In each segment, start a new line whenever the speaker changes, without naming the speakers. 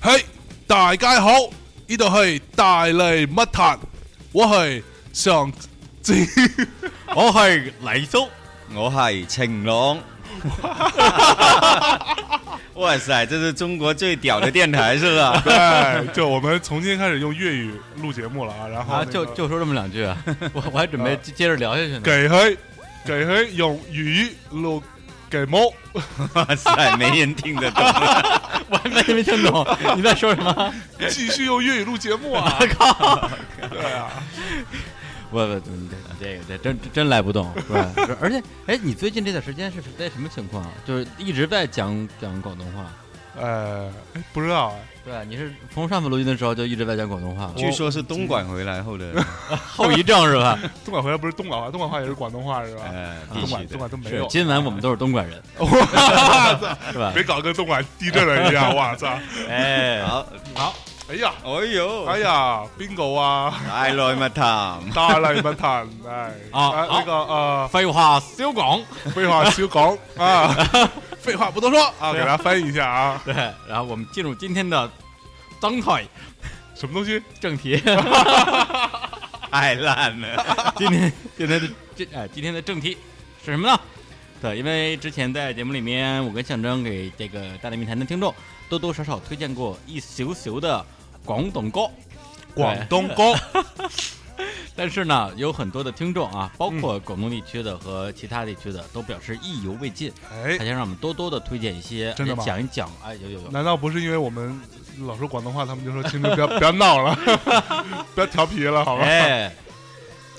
嘿，大家好，呢度係大利乜談，我係常志，
我係黎叔，
我系晴 朗。哇塞，这是中国最屌的电台是 吧？
对，啊就我們從今天開始用粵語錄節目了啊，然後、
啊，
那個、
就 就说这么两句 啊，我我还准备接接着聊下去呢。
給嘿，給嘿用粵語錄給貓，
哇塞，没人听得懂。
我还完全没听 懂你在说什么。
繼續用粵語錄節目啊，對啊，
不不，你这个这真真来不动，是吧？而且，哎，你最近这段时间是在什么情况？啊就是一直在讲讲广东话。
呃，哎不知道啊，
对，你是从上次录音的时候就一直在讲广东话，
据说是东莞回来后的，
后遗症是 吧？
东莞回来不是东莞话，东莞话也是广东哎话是吧？
呃，
嗯东
必
莞，
须
东
的。
莞都没
是
有，，
今晚 我们都是东莞人， 是吧？
别搞跟东莞地震了一样，我操！
哎，
好，
哎呀，
哎呦，
哎呀，bingo 啊，
I love my town。
大利乜談，哎，
啊
哎
好
那个呃，
废话少讲。
废话少讲 啊，废话不多说啊，给大家翻译一下啊，
对，然后我们进入今天的脏台
什么东西？
正 题。
太烂 了，
今天今天的这哎，今天的正题是什么呢？对，因为之前在节目里面，我跟象征给这个大内密谈的听众多多少少推荐过一宿宿的广东歌，
广东歌，
但是呢，有很多的听众啊，包括广东地区的和其他地区的，都表示意犹未尽，
哎
他， 想让我们多多的推荐一些，
真的吗
讲一讲，哎，有有有，
难道不是因为我们老说广东话，他们就说亲们不要不要闹 了，不要调皮了，好吧？
哎，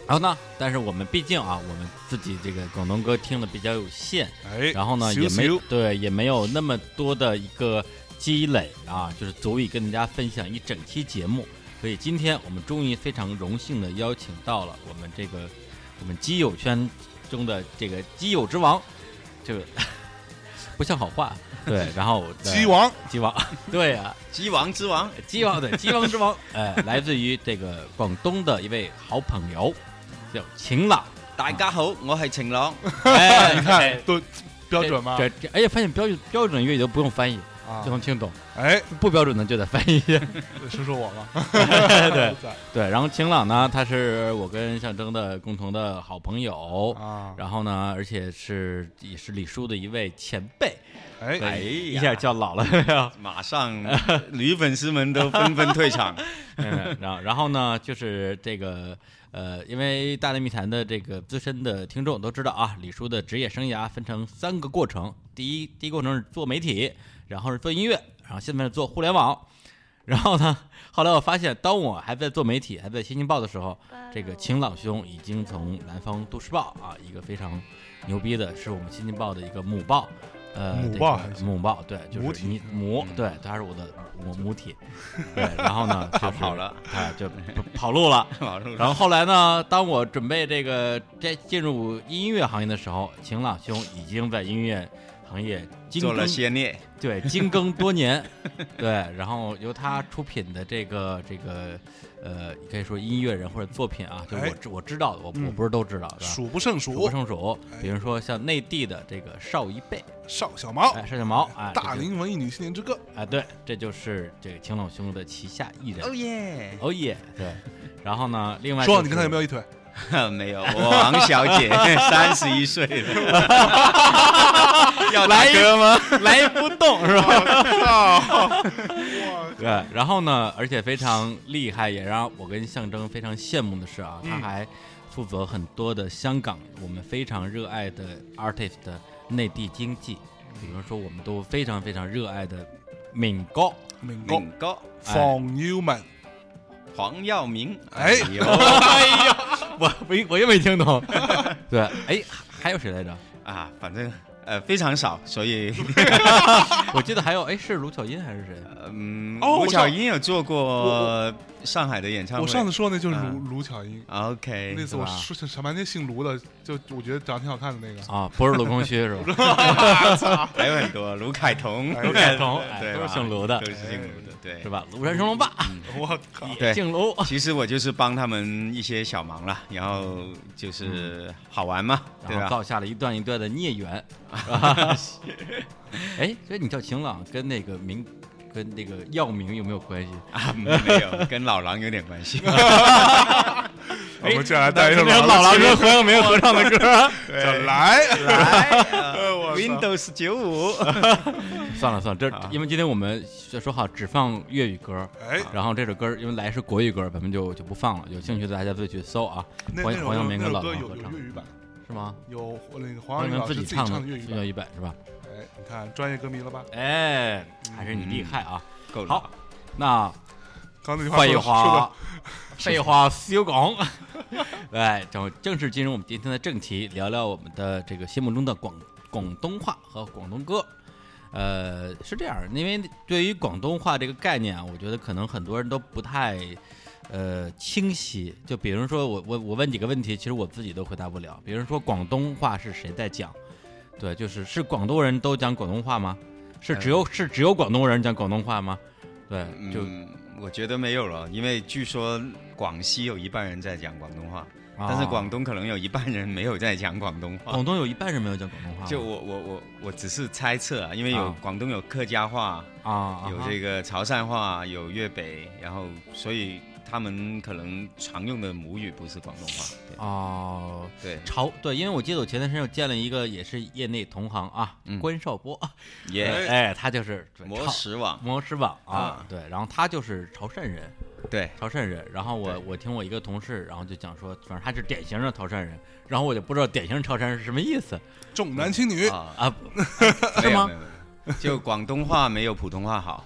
然后呢，但是我们毕竟啊，我们自己这个广东歌听的比较有限，
哎，
然后呢，
羞
也没
羞
对，也没有那么多的一个积累啊，就是足以跟大家分享一整期节目。所以今天我们终于非常荣幸的邀请到了我们这个我们基友圈中的这个基友之王，这个不像好话，对，然后
鸡
王
王，
鸡王，对啊，
鸡王之王，
鸡王对鸡王之王，哎，来自于这个广东的一位好朋友叫晴 朗，
大家好，我系晴朗。
哎，
你看
哎
都标准吗？
这这，哎呀，发现标准标准粤语都不用翻译，
啊
就，能听懂。
哎，
不标准的就得翻译。
说说我吧，
对对，然后晴朗呢，他是我跟象征的共同的好朋友，
啊，
然后呢，而且是也是李叔的一位前辈，
哎，
哎呀
一下叫老了没有？
马上，女粉丝们都纷纷 退场。
嗯然后然后呢，就是这个呃，因为大内密谈的这个资深的听众都知道啊，李叔的职业生涯分成三个过程，第一第一过程是做媒体，然后是做音乐，然后现在是做互联网。然后呢？后来我发现，当我还在做媒体，还在《新京报》的时候，这个晴朗兄已经从南方都市报啊，一个非常牛逼的，是我们《新京报》的一个母报，呃，
母
这
报
个
还行
母报，对，就
母
是
体嗯
你母，对，他是我的母母体，对，然后呢，就
跑
是
跑了，
哎，就跑路了。
马路上
然后后来呢，当我准备这个在进入音乐行业的时候，晴朗兄已经在音乐行业精
做
耕
了先烈，
对精耕多年，对，然后由他出品的这个这个呃，你可以说音乐人或者作品啊，就
哎
我知我知道的，我我
嗯
不是都知道，是吧？
数不胜
啊数不
数，
胜数，
哎
比如说像内地的这个邵一贝，
邵小毛，
哎，邵小毛，哎，
大
这就
龄文艺女青年之歌，
哎，对，这就是这个晴朗兄的旗下艺人
哦，耶！
哦耶，对。然后呢，另外
说
哎
啊
就
你跟他
是
有没有一腿？
没有，我王小 姐三十一岁了，要大哥吗？
来不动是吧？
啊，
对，然后呢，而且非常厉害，也让我跟象征非常羡慕的是啊，他还负责很多的香港我们非常热爱的 artist 的内地经济，比如说我们都非常非常热爱的敏高，
明哥，
敏哥，
冯耀文，
黄耀明，
哎
呦，
哎呀， 我没我又没听懂， 对，哎，还有谁来着？
啊，反正呃非常少，所 以
我记得还有，哎，是卢巧音还是谁？
嗯，
哦
吴
我知道
巧音有做过上海的演唱会。
我上次说的那就是卢
嗯
卢巧音。那
OK，
次我
是吧
说什么那姓卢的，就我觉得长得挺好看的那个，
啊，不是卢空虚是 吧？
还有很多卢凯彤，
哎卢
凯彤哎
对
都是
吧
姓卢的哎
都是姓卢的，对
是。吧？庐山升龙霸，
我靠，
对
姓卢，
其实我就是帮他们一些小忙了，然后
啊
就是好玩嘛，对
然后
吧？
造下了一段一段 的孽缘。哎，所以你叫晴朗跟那个明，跟这个药名有没有关系？
啊，没有，跟老狼有点关系。
我们就来带一首
那老狼跟黄晓明合唱的 歌。
就
哎
来，哎
来呃 Windows 九五，
算了算了，这因为今天我们就说好只放粤语歌，
哎
然后这首歌因为来是国语歌，咱们就就不放了。有兴趣的大家自己去搜啊。
那
黄
那首
黄晓明
那
跟
首
老
歌
狼
有
合
有
唱
粤语版，
是吗？
有那个
黄
黄晓
晓
明
明
老
自
师
己
自己唱
的
的粤语
粤
版。
语版是吧？
哎，你看专业歌迷了吧？
哎，还是你厉害啊！
够
嗯
了。
好，那
刚才那句话
废
说说
话
的，
废话少讲。 来，正正式进入我们今天的正题，聊聊我们的这个心目中的广广东话和广东歌。呃，是这样，因为对于广东话这个概念啊，我觉得可能很多人都不太呃清晰。就比如说我我我问几个问题，其实我自己都回答不了。比如说广东话是谁在讲？对，就是是广东人都讲广东话吗？是只有、是只有广东人讲广东话吗？对，就、
呃嗯，我觉得没有了，因为据说广西有一半人在讲广东话，
啊
但是广东可能有一半人没有在讲广东话。
广东有一半人没有讲广东话吗，
就我我我我只是猜测啊，因为有
啊
广东有客家话，
啊，
有这个潮汕话，有粤北，然后所以他们可能常用的母语不是广东话。
哦。
对，
潮对，因为我记得我前段时间有见了一个也是业内同行啊，
嗯
关少波，
对耶，
哎，他就是
磨石网，
魔石网啊
啊，
对，然后他就是潮汕人，
对，
潮汕人。然后我
对
我听我一个同事，然后就讲说，反正他是典型的潮汕人，然后我就不知道典型潮汕人是什么意思
重男轻女，
啊，
啊，
没有
是吗
没有没有就广东话没有普通话好。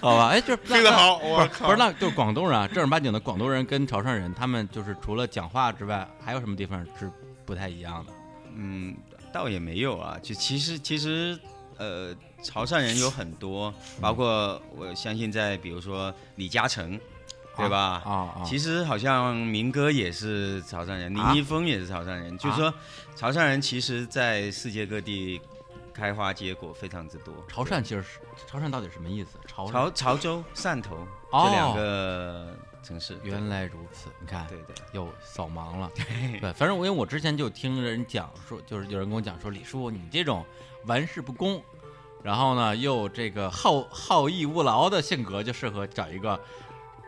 好吧，哎，就是
黑的好，我
不
靠
是，，那就是广东人啊，正儿八经的广东人跟潮汕人，他们就是除了讲话之外，还有什么地方是不太一样的？
嗯，倒也没有啊，就其实其实呃，潮汕人有很多，包括我相信在比如说李嘉诚，对吧？
啊啊，
其实好像民歌也是潮汕人，
啊
林一峰也是潮汕人，就是说潮汕人其实在世界各地开花结果非常之多。
潮汕其实是潮汕到底什么意思？潮
潮潮州、汕头
哦
这两个城市，对
原来如此，你看
对对，
又扫盲了。对，反正我因为我之前就听人讲说，就是有人跟我讲说，李叔你这种玩世不恭，然后呢又这个好好逸恶劳的性格，就适合找一个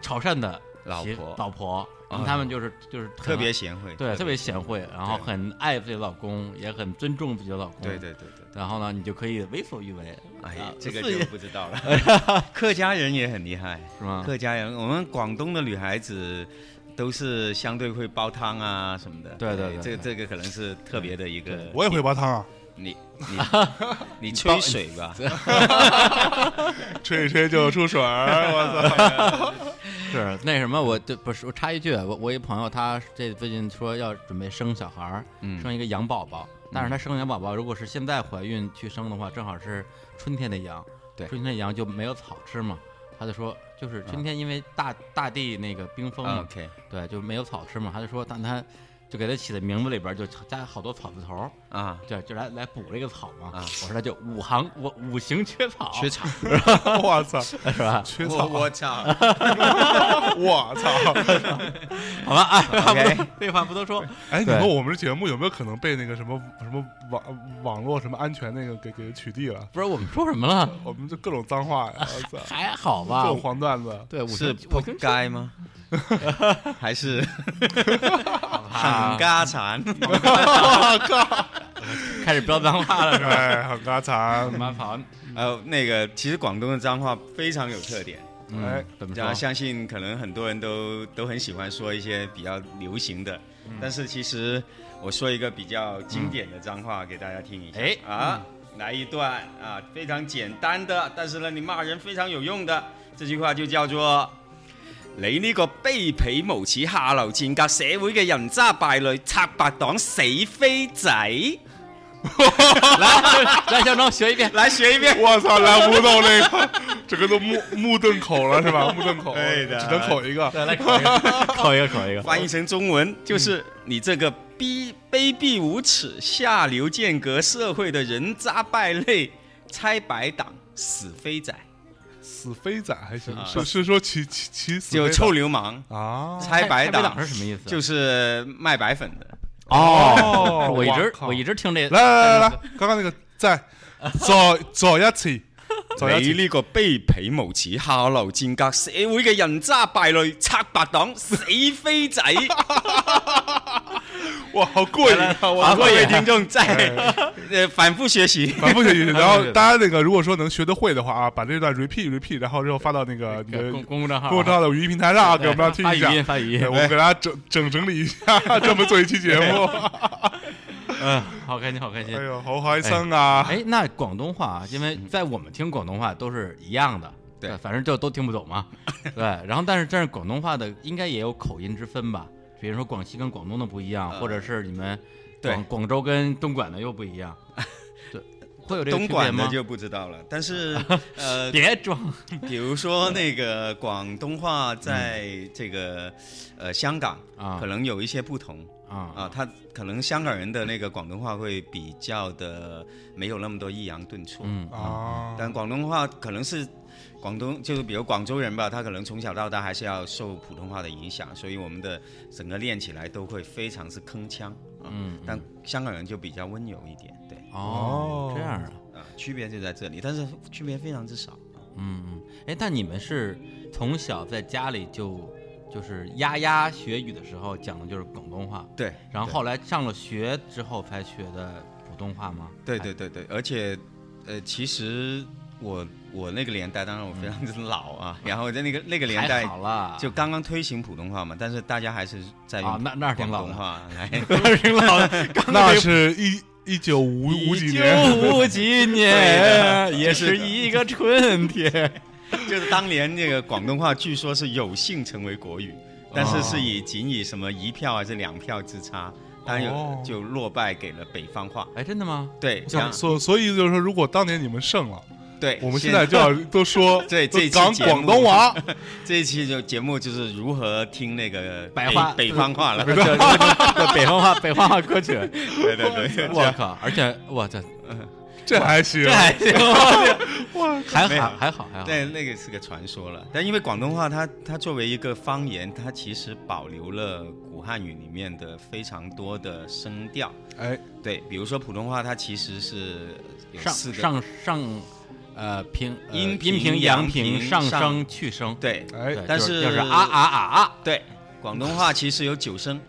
潮汕的
老
媳
婆
老婆，
哎呦
他们就是就是
特
很
别贤惠，
对特别贤惠，然后很爱自己的老公，也很尊重自己的老公。
对对对对。
然后呢，你就可以为所欲为。
哎
啊
呀，这个
自己
就不知道了。 客家人也很厉害，
是吗？
客家人，我们广东的女孩子都是相对会煲汤啊什么的。
对对对
这
对
这个可能是特别的一 个。
我也会煲汤啊，
你 你你吹水吧，
吹一吹就出水儿，我操！
是那什么，我就不是我插一句，啊我我一朋友他这最近说要准备生小孩儿，
嗯
生一个羊宝宝，但是他生羊宝宝如果是现在怀孕去生的话，正好是春天的羊，
对嗯
春天的羊就没有草吃嘛，他就说就是春天因为大、大地那个冰封嘛，
OK
对，就没有草吃嘛，他就说但他就给他起的名字里边就加好多草字头儿，
啊，
对，就来来补这个草嘛，
啊
我说那就五行我五行缺草，
缺 草，
我操，
是吧？
缺
我
草，
我操，
我 操！
好吧，啊，
OK
废话不多说。
哎，你
对
说我们这节目有没有可能被那个什么什么网网络什么安全那个给给取缔了？
不是我们说什么了？
我们就各种脏话呀！我操，
还好
各
吧
种？黄段子，
对，我
是
我
扑
跟
街 吗？还是
啊
很家常？
开始飙脏话了是吧？
哎，很嘎惨。
麻烦，
呃，那个其实广东的脏话非常有特点，
哎
嗯，怎么
然后
说？
相信可能很多人都都很喜欢说一些比较流行的，
嗯
但是其实我说一个比较经典的脏话给大家听一下。
哎
啊，来一段啊，非常简单的，但是呢你骂人非常有用的，这句话就叫做。你呢個卑鄙無恥、下流賤格、社會嘅人渣敗類、拆白黨、死飛仔，
来来，小张学一遍。
來學一遍。
我操，来不动那个，整个都目目瞪口了是吧？目瞪口，
对的
只能口一个。
对，来口一个，口一个，口一 个。
翻译成中
嗯
文就是你这个逼卑鄙无耻、下流间隔社会的人渣败类、拆白党、死飞仔，
死飞仔还行，
啊
是是说骑骑骑死
就
飞仔
臭流氓，
啊！
拆白
哦党
党
是什么意思？啊
就是卖白粉的。
哦，我一直
靠
我一直听这
来来来来，刚刚那个在再再一次，再一
你
次，
呢個卑鄙無恥、下流賤格、社會嘅人渣敗類、拆白黨、死飛仔！
哇，好过瘾！
啊，各位聽眾真係
哎
呃 反覆學習。
反复学习。然后
对
大家那个如果说能学得会的话啊，把这段 repeat repeat，然后之后发到那个你的
公公众账号啊，
公众号的语音平台上啊，给我们大家听
发
一
语
下。哎
音发语音
对我们给大家整整整理一下，专门做一期节目。
嗯，好开心，好开心
哎。呦，好嗨森啊！
哎，那广东话啊，因为在我们听广东话都是一样的，
对
反正就都听不懂嘛。对，然后但是但是广东话的应该也有口音之分吧？比如说广西跟广东的不一样，或者是你们
对
广广州跟东莞的又不一 样。对，会有这个
东
区别
莞的
吗？
就不知道了，但 是呃，
别装，
比如说那个广东话在这个呃香港
嗯啊
可能有一些不同
啊
啊，他可能香港人的那个广东话会比较的没有那么多抑扬顿挫，
嗯啊
啊，
但广东话可能是广东，就是比如广州人吧，他可能从小到大还是要受普通话的影响，所以我们的整个练起来都会非常是铿锵啊。
嗯
但香港人就比较温柔一点，对
哦
哦
这样啊
啊，区别就在这里，但是区别非常之少。
嗯嗯哎，但你们是从小在家里就就是丫丫学语的时候讲的就是广东话，
对，
然后
对
后来上了学之后才学的普通话吗？
对对对对，而且，呃，其实我我那个年代，当然我非常之老 啊，然后在那个那个
还，
年代
还好了，
就刚刚推行普通话嘛，但是大家还是在
啊
用
那那是挺
广
老的
东话来。
挺老的，
那是一一九五五几年，
五几
对的
年，也
就是
是
的
一个春天。
就是当年那个广东话，据说是有幸成为国语，
哦
但是是以仅以什么一票还是两票之差，当然
哦
有就落败给了北方话。
哎，真的吗？
对，这样
所所以就是说，如果当年你们胜了，
对，
我们现在就要都说
对这期
讲
节目
广东 话。
这一期就节目就是如何听那个北
白话
北方话了。
对对对北方话，北方话歌曲。
对对对，
我靠！而且我这
这还行，
这 还行，还
没有
好还好还好。
对，那个是个传说了。但因为广东话它，它作为一个方言，它其实保留了古汉语里面的非常多的声调。
哎，
对，比如说普通话，它其实是有
上
四个
上上，呃，平呃
阴
阴
平
平
阳
阳平
平
上
上
升去声。
对
哎
对，
但
就是就是啊啊啊啊，
对，广东话其实有九声，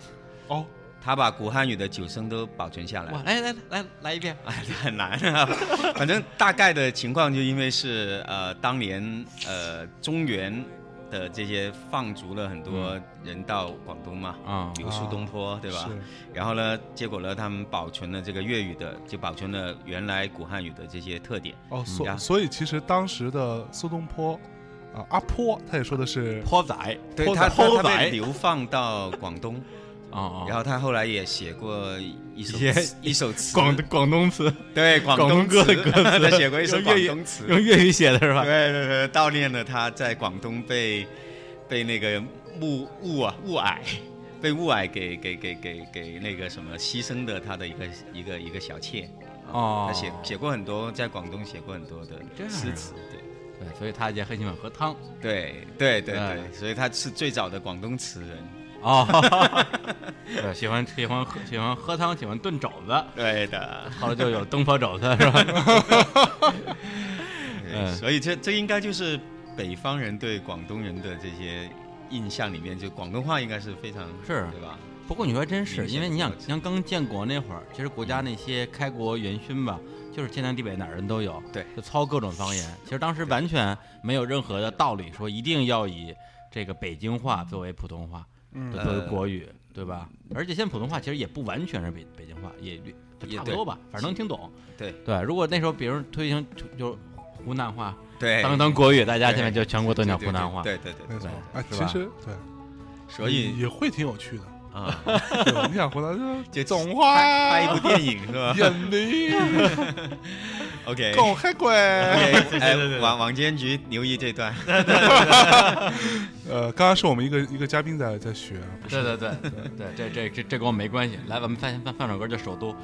哦，
它把古汉语的九声都保存下来
哇，
了。
来来来来一遍，
哎，很难啊。反正大概的情况就因为是呃，当年呃中原的这些放逐了很多人到广东嘛，
啊
流苏东坡，对吧？然后呢，结果呢，他们保存了这个粤语的，就保存了原来古汉语的这些特点。
哦，
嗯呀
所所以其实当时的苏东坡啊，阿坡，他也说的是
坡仔，
对
偷仔
他，他
偷
他被
仔
流放到广东，
哦
然
哦，
后他后来也写过一首
也
词 一首词，
广东词，
对广
广东歌的歌 词
他写过一首
用
广
粤语
东词，
用粤语写的是吧
对？对对，悼念了他在广东被被那个雾雾啊雾霭。被雾霭给给给给给那个什么牺牲的他的一个一个一个小妾，
哦
他写写过很多在广东写过很多的
这样
诗
啊
词，对。
对，所以他也很喜欢喝 汤
对对对
哎
对，所以他是最早的广东词人。
哦，对，喜欢喜欢喝喜欢喝汤，喜欢炖肘子，
对的，
后来就有东坡肘子是吧？嗯
所以这这应该就是北方人对广东人的这些印象里面，就广东话应该是非常
是
对吧？
不过你说真
明
是，
显
因为你
的
想，
标志
像刚建国那会儿，其实国家那些开国元勋吧，就是天南地北哪儿人都有，
对
就操各种方言。其实当时完全没有任何的道理说一定要以这个北京话作为普通话，
嗯
作为
呃
国语，对吧？而且现在普通话其实也不完全是北北京话，也略就
也
差不
对
多吧，反正能听懂。
对
对，如果那时候比如推行就就湖南话
对，
当成国语，大家
对
现在就全国都
对
讲
对
湖南话。
对对对对
没错嗯啊，
对是
其
吧
实对，
所以
也会挺有趣 的。
啊，
嗯
对吧你想回来呃
就
总
拍一
话
部电影 是吧
人力
？OK。
共黑 鬼，
OK，哎，王王监局留意这段，
呃，刚刚是我们一个一个嘉宾在在学啊，
对对对对，这这这这跟我没关系。来，咱们放放放首歌，叫《首都》，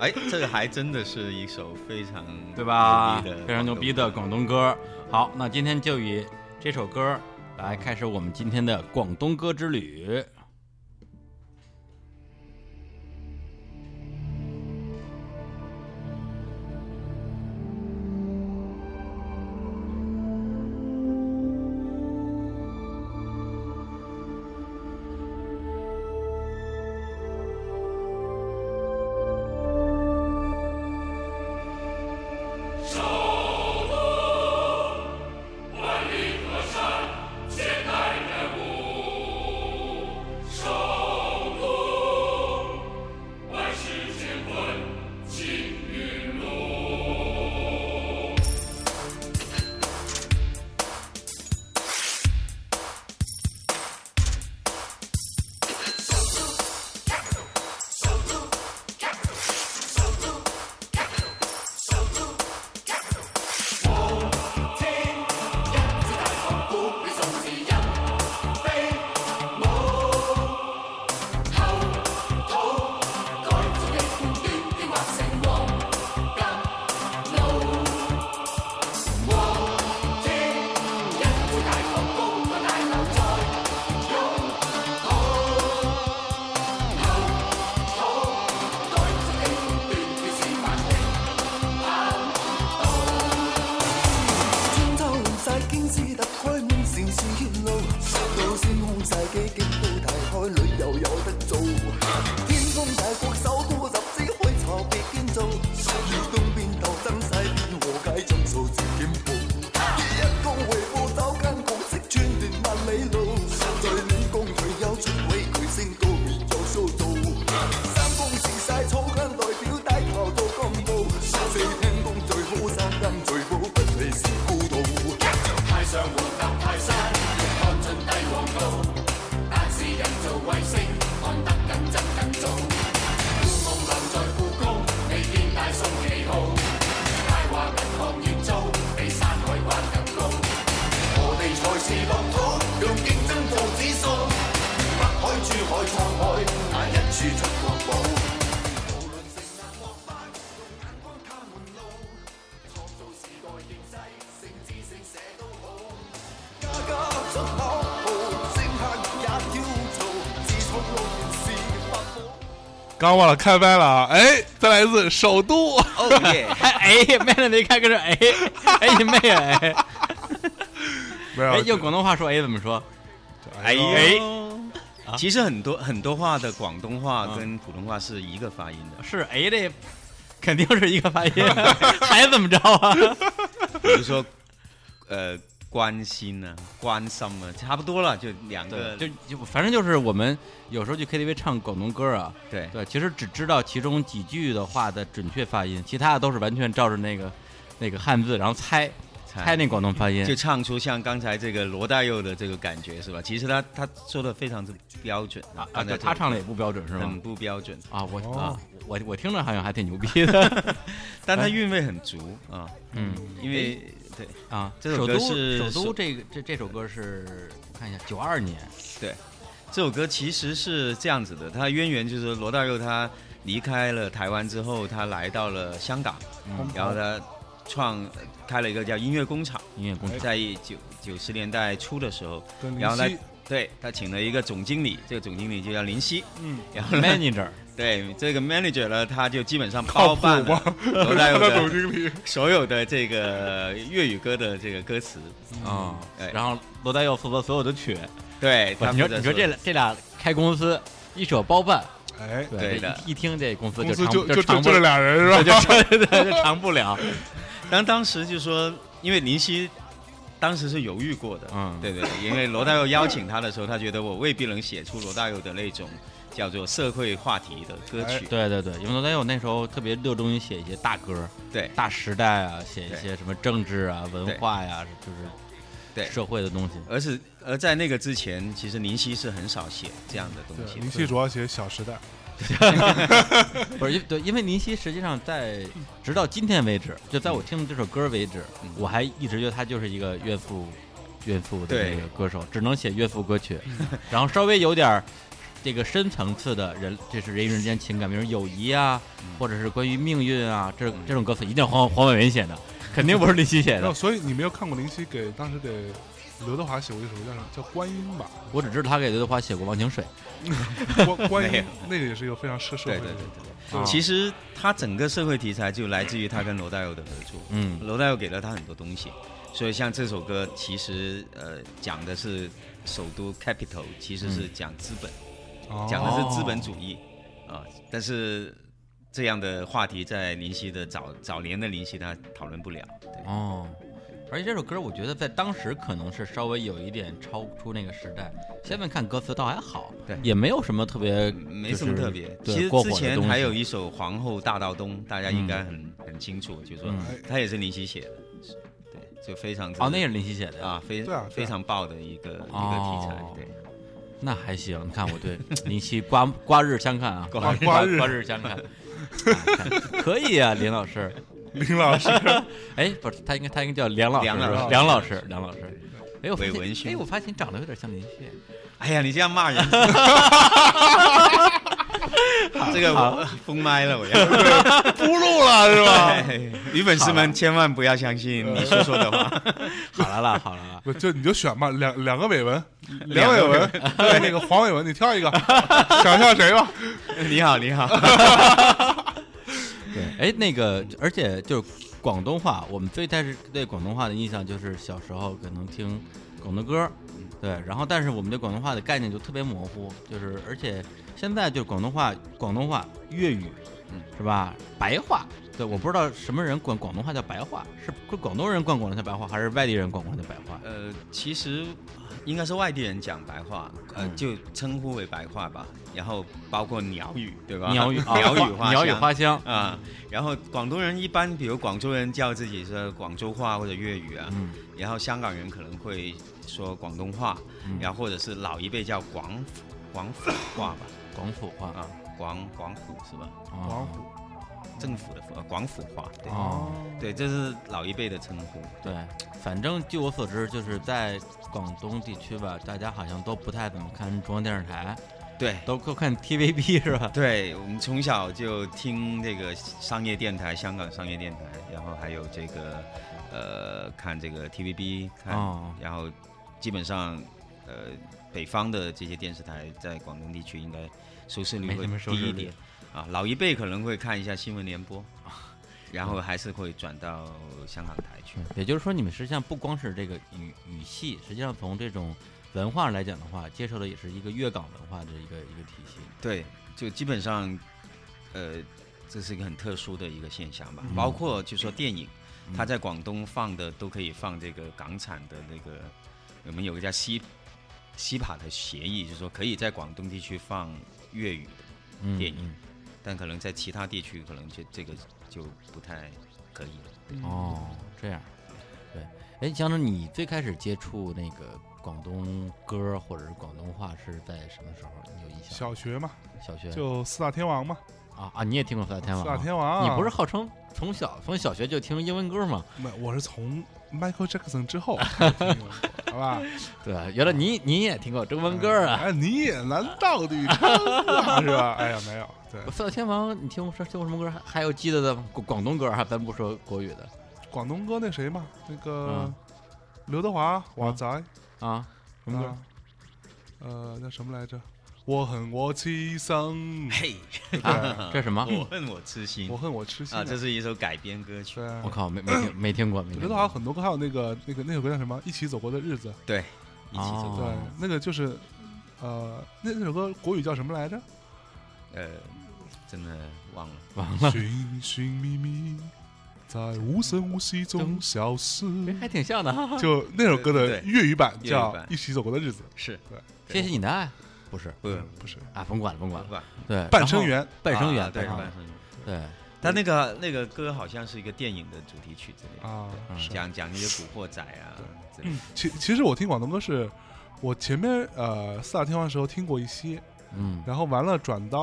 哎，这个还真的是一首非常
对吧
牛逼的？
非常牛逼的广东歌。好，那今天就以这首歌来开始我们今天的广东歌之旅。
Hãy subscribe cho kênh Ghiền Mì Gõ Để không bỏ lỡ
刚忘了开麦了啊！哎，再来一次，首都。
哦耶！
还 哎，妹了，你看跟着哎哎你妹啊 哎！
没
哎，
有，
用广东话说哎怎么说？
哎
哎
呦，其实很多很多话的广东话跟普通话是一个发音的，
是哎这肯定是一个发音， 还怎么着啊？
比如说，呃，关心啊，关心啊，差不多了，就两个，
就就反正就是我们有时候去 KTV 唱广东歌啊，
对
对，其实只知道其中几句的话的准确发音，其他的都是完全照着那个那个汉字，然后猜猜那广东发音
就。唱出像刚才这个罗大佑的这个感觉是吧？其实他他说的非常之标准
啊啊，
刚才
对
这
他
个
唱的也不标准是吗
很？不标准，
啊，我
哦
啊，我我听着好像还挺牛逼的，
但他
哎
韵味很足啊，
嗯
因为对
啊，
这首
首
歌
都
是
首都
首
这个这这首歌是我看一下九二年，
这首歌其实是这样子的，它渊源就是罗大佑他离开了台湾之后，他来到了香港，
嗯
然后他创呃开了一个叫音乐工厂，
音乐工程
在九九十年代初的时候，
跟林
然后呢
夕，
对他请了一个总经理，这个总经理就叫林夕，
嗯，
然后呢，
manager
对这个 manager 呢，他就基本上
靠
包
谱
办
吗
了？罗大佑
他总
的
经理，
所有的这个粤语歌的这个歌词，
啊
哎，
然后罗大佑负责所有的曲，
对，
哇
他
你说
负责
你
所
说
有
这俩这俩开公司一手包办，
哎，
对
这
的
一一听这公司
公
就
司
长
就
就
就
长
就
不
这
了，
俩人
对
是
就
吧？
长对就长不了，
但当时就说，因为林夕当时是犹豫过的，
嗯
对对对，因为罗大佑邀请他的时候，他觉得我未必能写出罗大佑的那种叫做社会话题的歌曲，
对对对，因为罗大佑那时候特别热衷于写一些大歌，
对
大时代啊，写一
对
些什么政治啊、文化呀，就是
对
社会的东西。
而是而在那个之前，其实林夕是很少写这样的东
对，
西
林
的，
夕主要写《小时代》，
不是，因对，因为林夕实际上在直到今天为止，就在我听这首歌为止，
嗯
我还一直觉得他就是一个怨妇，怨妇的
对
那个歌手，只能写怨妇歌曲， 然后稍微有点儿这个深层次的人，这是人与人之间情感，比如友谊啊，或者是关于命运啊，这这种歌词一定是黄黄伟文写的，肯定不是林夕写
然 后
的。
所以你没有看过林夕给当时给刘德华写过一首歌叫什么？叫《观音》吧？
我只知道他给刘德华写过《忘情水》，
观观
没
音
有
那个也是一个非常社社
对
会
对
的
对。
啊
对。其实他整个社会题材就来自于他跟罗大佑的合作，
嗯
罗大佑给了他很多东西，所以像这首歌其实呃讲的是首都 capital，其实
嗯
是讲资本。讲
哦，
的是资本主义啊、但是这样的话题在林夕的早早年的林夕他讨论不了，对，
哦，而且这首歌我觉得在当时可能是稍微有一点超出那个时代。现在看歌词倒还好，
对嗯
也没有什么特别，
没什么特别。
就
其
是对
实
过火
之
的
前
东西
还有一首《皇后大道东》，大家应该很、很清楚，就是说、
嗯
他也是林夕写的，对，就非常之
哦，那也是林夕写的
啊，非
对啊对啊
非常爆的一个、
哦
一个题材，
那还行。你看我 对林夕刮刮日相看啊，
刮
刮
刮日
刮日相看，哎可以啊，林老师。
林老师，
哎，不是，他应该他应该叫梁老师，
梁老师
是吧梁老师，梁老师。哎，我发
伪
现
文学
哎，我发现你长得有点像林夕。
对。哎呀，你这样骂人。这个我封麦了，我要。
不录了是 吧？
女粉丝们千万不要相信你说说的话。
好了啦，好了啦，
不就你就选吧，两两个伟文，
两
梁
个
伟文，对那个黄伟文，你挑一 个，想笑谁吧？
你好，你好。
对，哎，那个，而且就是广东话，我们最开始对广东话的印象就是小时候可能听广东歌，对，然后但是我们对广东话的概念就特别模糊，就是而且现在就是广东话、广东话、粤语，
嗯
是吧？白话，对，我不知道什么人管广东话叫白话，是是广东人管广东话叫白话，还是外地人管广东话叫白话？
呃，其实应该是外地人讲白话，呃，
嗯
就称呼为白话吧。然后包括鸟语，对吧？
鸟语、啊、
鸟语
花鸟语花香，
啊。然后广东人一般，比如广州人叫自己是广州话或者粤语啊。
嗯，
然后香港人可能会说广东话，
嗯
然后或者是老一辈叫广府广府话吧，
广府话
啊，广广府是吧？
王
哦
啊，
虎
政府的府，呃广府话，对、
哦。
对，这是老一辈的称呼。
对，反正据我所知，就是在广东地区吧，大家好像都不太怎么看中央电视台，
对，
都都看 TVB 是吧？
对我们从小就听这个商业电台，香港商业电台，然后还有这个呃看这个 TVB，看，
哦
然后基本上呃北方的这些电视台在广东地区应该收视率
没
会
什么收
低
视
一
率
点，啊，老一辈可能会看一下新闻联 播，然后还是会转到香港台去。
也就是说，你们实际上不光是这个语语系，实际上从这种文化来讲的话，接受的也是一个粤港文化的一个一个体系。
对，就基本上，呃，这是一个很特殊的一个现象吧。
嗯
包括就说电影，
嗯
它在广东放的都可以放这个港产的那个，我们有个叫西西帕的协议，就是说可以在广东地区放粤语的，
嗯
电影
嗯
但可能在其他地区可能就这个就不太可以了。
嗯
哦，这样，对，哎，江总，你最开始接触那个广东歌或者是广东话是在什么时候？你有印象？
小学嘛，
小学
就四大天王嘛，
啊啊，你也听过四大天
四
王、
大
啊？
天王。
你不是号称从小从小学就听英文歌吗？
没，我是从 Michael Jackson 之后才听英文歌， 好吧？
对，
啊
原来你你也听过中文歌啊？
哎，你也难道的 啊是吧？哎呀，没有，对，
四大天王，你听过说听过什么歌？还还有记得的吗广广东歌哈，咱不说国语的
广东歌那谁嘛，那个
嗯
刘德华，华仔，
啊，什么歌？
啊呃，那什么来着？我恨我痴生，
哎
嘿，
对
啊
不对
啊这是什 么？
我恨我痴心
我恨我痴心
啊，这是一首改编歌曲。
对，
我靠，没没听没听过，没听
刘德华。
过
很多歌，还有那个那个那首歌叫什么？一起走过的日子，
对，一起走
对
过。
哦
那个就是，呃，那那首歌国语叫什么来 着？
呃，真的忘了。
寻寻觅觅，在无声无息中消 失。
哎还挺像的，哈 哈
就那首歌的
对
粤语版
粤语
叫
版
《一起走过的日子
是
谢谢你的爱，不是》，
不
不是
啊，甭管了，甭管
不
了，
吧？
对，
半生
然后，
缘，
半生
啊
缘，嗯
对，
半生
半
缘
生缘。
对，
他那个那个歌好像是一个电影的主题曲之类的，
啊
嗯，
是
讲讲那些古惑仔啊之类的。
其其实我听广东歌是，我前面呃四大天王的时候听过一些，
嗯，
然后完了转到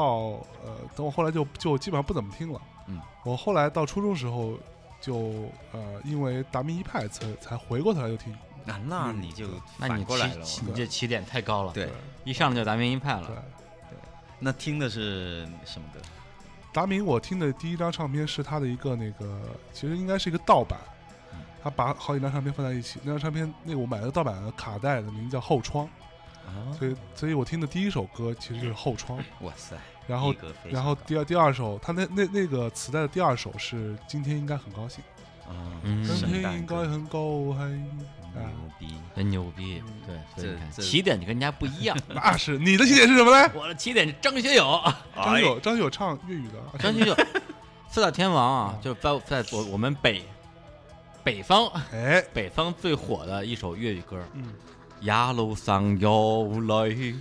呃等我后来就就基本上不怎么听了。
嗯，
我后来到初中时候就呃因为达明一派才才回过头来就听。
那那
嗯
你就
那
反
你
过来
起
了哦。
起你这起点太高了，
对，
一上来就达明一
嗯
派
对
了，，
那听的是什么歌？
达明我听的第一张唱片是他的一个那个，其实应该是一个盗版
嗯。
他把好几张唱片放在一起，那张唱片那个我买了个盗版的卡带的，名字叫《后窗》，
啊，
所以所以我听的第一首歌其实就是《后窗》，
哇塞！
然后
逼格非常
然后
高
第二第二首，他那那那个磁带的第二首是今天应该很高兴，
啊，
嗯
今
圣
天
诞
应该
歌嗯
很高兴啊，
牛逼！
真牛逼
嗯，
对，所以你看
这
起点就跟人家不一样，
那是你的起点是什么呢？
我的起点是张学友，
张
哎
学友张学友唱粤语的啊，
张学友，四大天王啊
嗯，
就在在我我们北北方
哎，
北方最火的一首粤语歌，
嗯，
一路上有泪，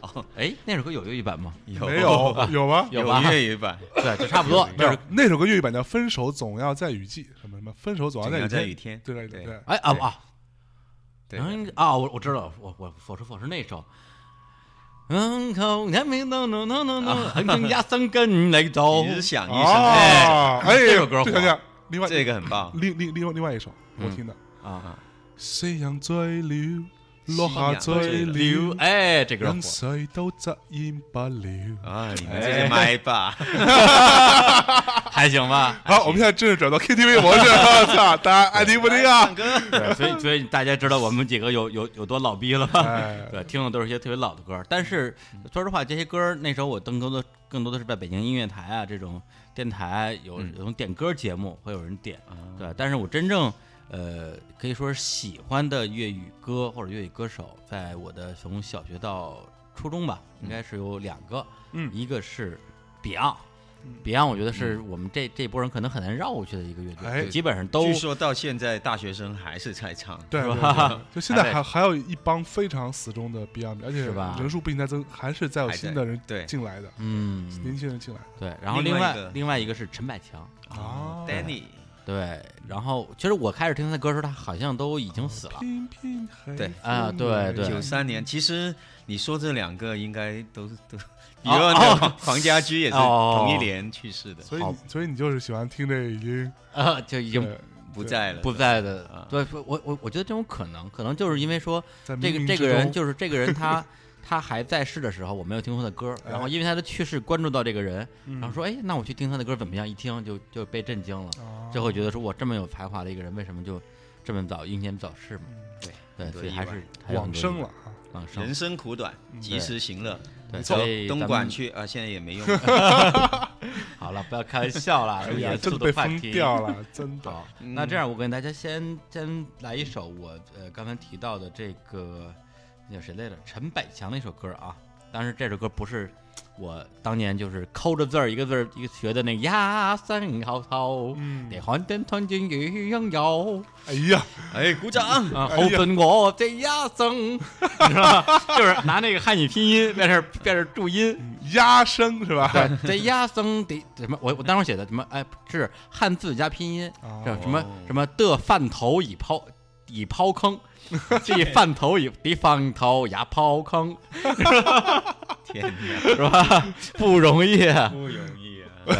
哦，
哎，那首歌有粤语版吗？
哎
没有有吗？
有啊吧
粤语版，
对，就差不多，
没
就
有
是，
那首歌粤语版叫《分手总要在雨季》，什么什么，分手总要
总要
在
在
雨
雨
天
天，
对对对
对
对，
对
哎啊啊，
对，
哎
嗯啊，我我知道，我我我是我是那首。嗯，口难明，no no no no no，横生压生跟你走。
只想一生，
哦，哎，
这首歌
对
火
对对，另外
这个很棒。
另另另外另外一首我听的，
啊，
夕阳醉了，落下醉
流
了，
哎，这歌火
任，谁都遮掩不了。
啊，你们这些麦霸，
还行吧。
好，我们现在正式转到 KTV 模式，我操，大家爱听不听啊
唱？歌
对， 所以所以大家知道我们几个有有有多老逼 了吧？
哎，
对，听的都是一些特别老的歌，但是
嗯
说实话，这些歌那时候我更多的更多的是在北京音乐台啊这种电台有有
嗯
那种点歌节目会有人点，
哦
啊
对，但是我真正呃，可以说是喜欢的粤语歌或者粤语歌手，在我的从小学到初中吧，应该是有两个，
嗯
一个是 Beyond。
嗯
Beyond，我觉得是我们这这波人可能很难绕过去的一个乐队，
哎
就基本上都
据说到现在大学生还是在唱，
对，对对就现在还还有一帮非常死忠的 Beyond，而且
是吧
人数不停在增，还是在有
还在
新的人
对
进来的，年
嗯，
轻人进来的
对。然后
另外
另外
一个
另外一个是陈百强，
啊
Danny，
对。然后其实我开始听他的歌的时候，他好像都已经死了，
偏偏黑
对
啊对对
九三年，其实你说这两个应该都都，比
哦
如那个黄家驹也是
哦
同一年去世的，
所以
好
你所以你就是喜欢听这已经
呃，就已经
对
不在了，
不在的
啊。
对，我我我觉得这种可能，可能就是因为说
在
这
冥
个
冥
这
之
个人
中
就是这个人 他他还在世的时候，我没有听过他的歌，然后
哎
因为他的去世关注到这个人，
嗯
然后说哎，那我去听他的歌怎么样？一听就就被震惊了，
啊
就会觉得说我这么有才华的一个人，为什么就这么早英年早逝嘛？
嗯
对，
很多
所以
意
还
外
是还有很
往
多
生了
意外，
啊，
往生
人生苦短，及时行乐，
嗯对，
从
所以咱
东
们
莞去啊，现在也 没用。
好了，不要开玩笑了，
哎
这
呀，
严
真
肃
的
的
被
话
封
题。
掉嗯了， 真的。
好，那这样我跟大家先先来一首我呃刚才提到的这个那叫谁来着？陈百强的一首歌啊。当时这首歌不是我当年就是抠着字儿一个字儿一个学的那个呀三好草，
嗯，
地看见团圆与拥有
哎呀，
哎，鼓掌！
啊，
哎呀
好分我这一生， 你知道吧？就是拿那个汉语拼音在这儿在这儿注音，
压声是吧？
对，这压生的什么？我我当时写的什么？哎，是汉字加拼音，
哦
叫什么什么的饭头已抛已抛坑，这饭头已的饭头牙抛坑
天哪，
是吧？不容易啊！
不容易啊！
对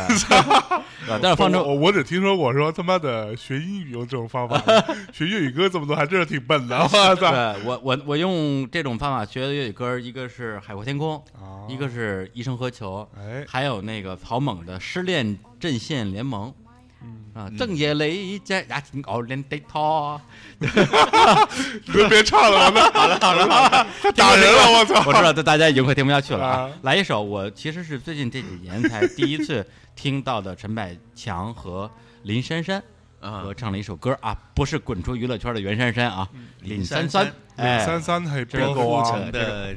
但是方
我
舟
我我只听说过说他妈的学英语用这种方法的，学粤语歌这么多还真是挺笨的，我
对
操！
我我我用这种方法学的粤语歌，一个是《海阔天空》，
哦
一个是《一生何求》，
哎，
还有那个草蜢的《失恋阵线联盟》。啊，正夜里只也挺熬练的他，
别别唱了，完了好了好了， 打人了，我操！
我知道大大家已经快听不下去了啊
啊！
来一首，我其实是最近这几年才第一次听到的陈百强和林珊珊
啊
合唱了一首歌啊，不是滚出娱乐圈的袁珊珊啊，林珊
林，
哎，
三三还
这是
边
郭
狗
顾
啊，
城的啊，